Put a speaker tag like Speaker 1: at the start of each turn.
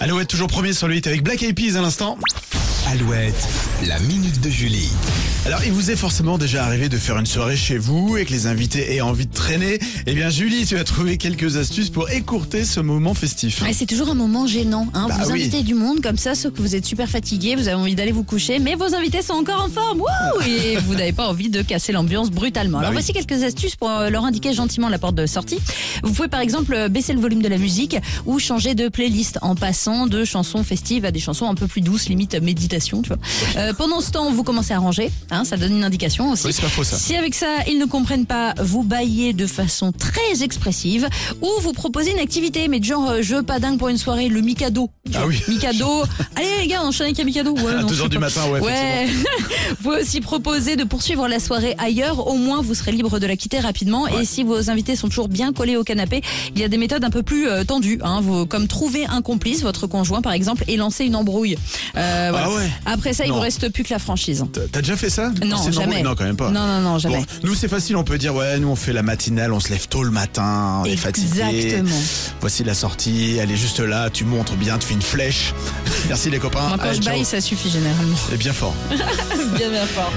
Speaker 1: Alouette toujours premier sur le 8 avec Black Eyed Peas à l'instant.
Speaker 2: Alouette, la minute de Julie.
Speaker 1: Alors, il vous est forcément déjà arrivé de faire une soirée chez vous et que les invités aient envie de traîner. Eh bien, Julie, tu as trouvé quelques astuces pour écourter ce moment festif.
Speaker 3: Ouais, c'est toujours un moment gênant. Hein.
Speaker 1: Bah
Speaker 3: vous
Speaker 1: oui.
Speaker 3: invitez du monde comme ça, sauf que vous êtes super fatigué, vous avez envie d'aller vous coucher, mais vos invités sont encore en forme. Wouh et vous n'avez pas envie de casser l'ambiance brutalement. Alors
Speaker 1: Bah oui.
Speaker 3: voici quelques astuces pour euh, leur indiquer gentiment la porte de sortie. Vous pouvez par exemple euh, baisser le volume de la musique ou changer de playlist en passant de chansons festives à des chansons un peu plus douces, limite méditation. Tu vois. Euh, pendant ce temps, vous commencez à ranger. hein, ça donne une indication aussi.
Speaker 1: Oui, c'est pas faux, ça.
Speaker 3: Si avec ça, ils ne comprennent pas, vous baillez de façon très expressive ou vous proposez une activité, mais de genre euh, jeu pas dingue pour une soirée, le Mikado.
Speaker 1: Ah oui.
Speaker 3: Mikado. Allez les gars, enchaînez avec un Mikado. Ouais,
Speaker 1: À
Speaker 3: non,
Speaker 1: 2
Speaker 3: je sais
Speaker 1: heures du
Speaker 3: pas.
Speaker 1: matin, ouais,
Speaker 3: Ouais. vous aussi proposer de poursuivre la soirée ailleurs, au moins vous serez libre de la quitter rapidement. Et si vos invités sont toujours bien collés au canapé, il y a des méthodes un peu plus euh, tendues, hein, vous- comme trouver un complice, votre conjoint par exemple, et lancer une embrouille. Euh, voilà.
Speaker 1: Ah ouais.
Speaker 3: Après ça, il
Speaker 1: Non.
Speaker 3: vous reste plus que la franchise.
Speaker 1: T'as- T'as déjà fait ça
Speaker 3: Non,
Speaker 1: C'est normal-
Speaker 3: jamais.
Speaker 1: Non, quand même pas.
Speaker 3: Non, non, non,
Speaker 1: Bon,
Speaker 3: jamais.
Speaker 1: nous c'est facile, on peut dire ouais, nous on fait la matinale, on se lève tôt le matin, on est fatigué.
Speaker 3: Exactement.
Speaker 1: Voici la sortie, elle est juste là, tu montres bien, tu fais une flèche. Merci les copains.
Speaker 3: Moi, quand
Speaker 1: Allez,
Speaker 3: je
Speaker 1: ciao.
Speaker 3: baille, ça suffit généralement.
Speaker 1: Et bien fort.
Speaker 3: bien, bien fort.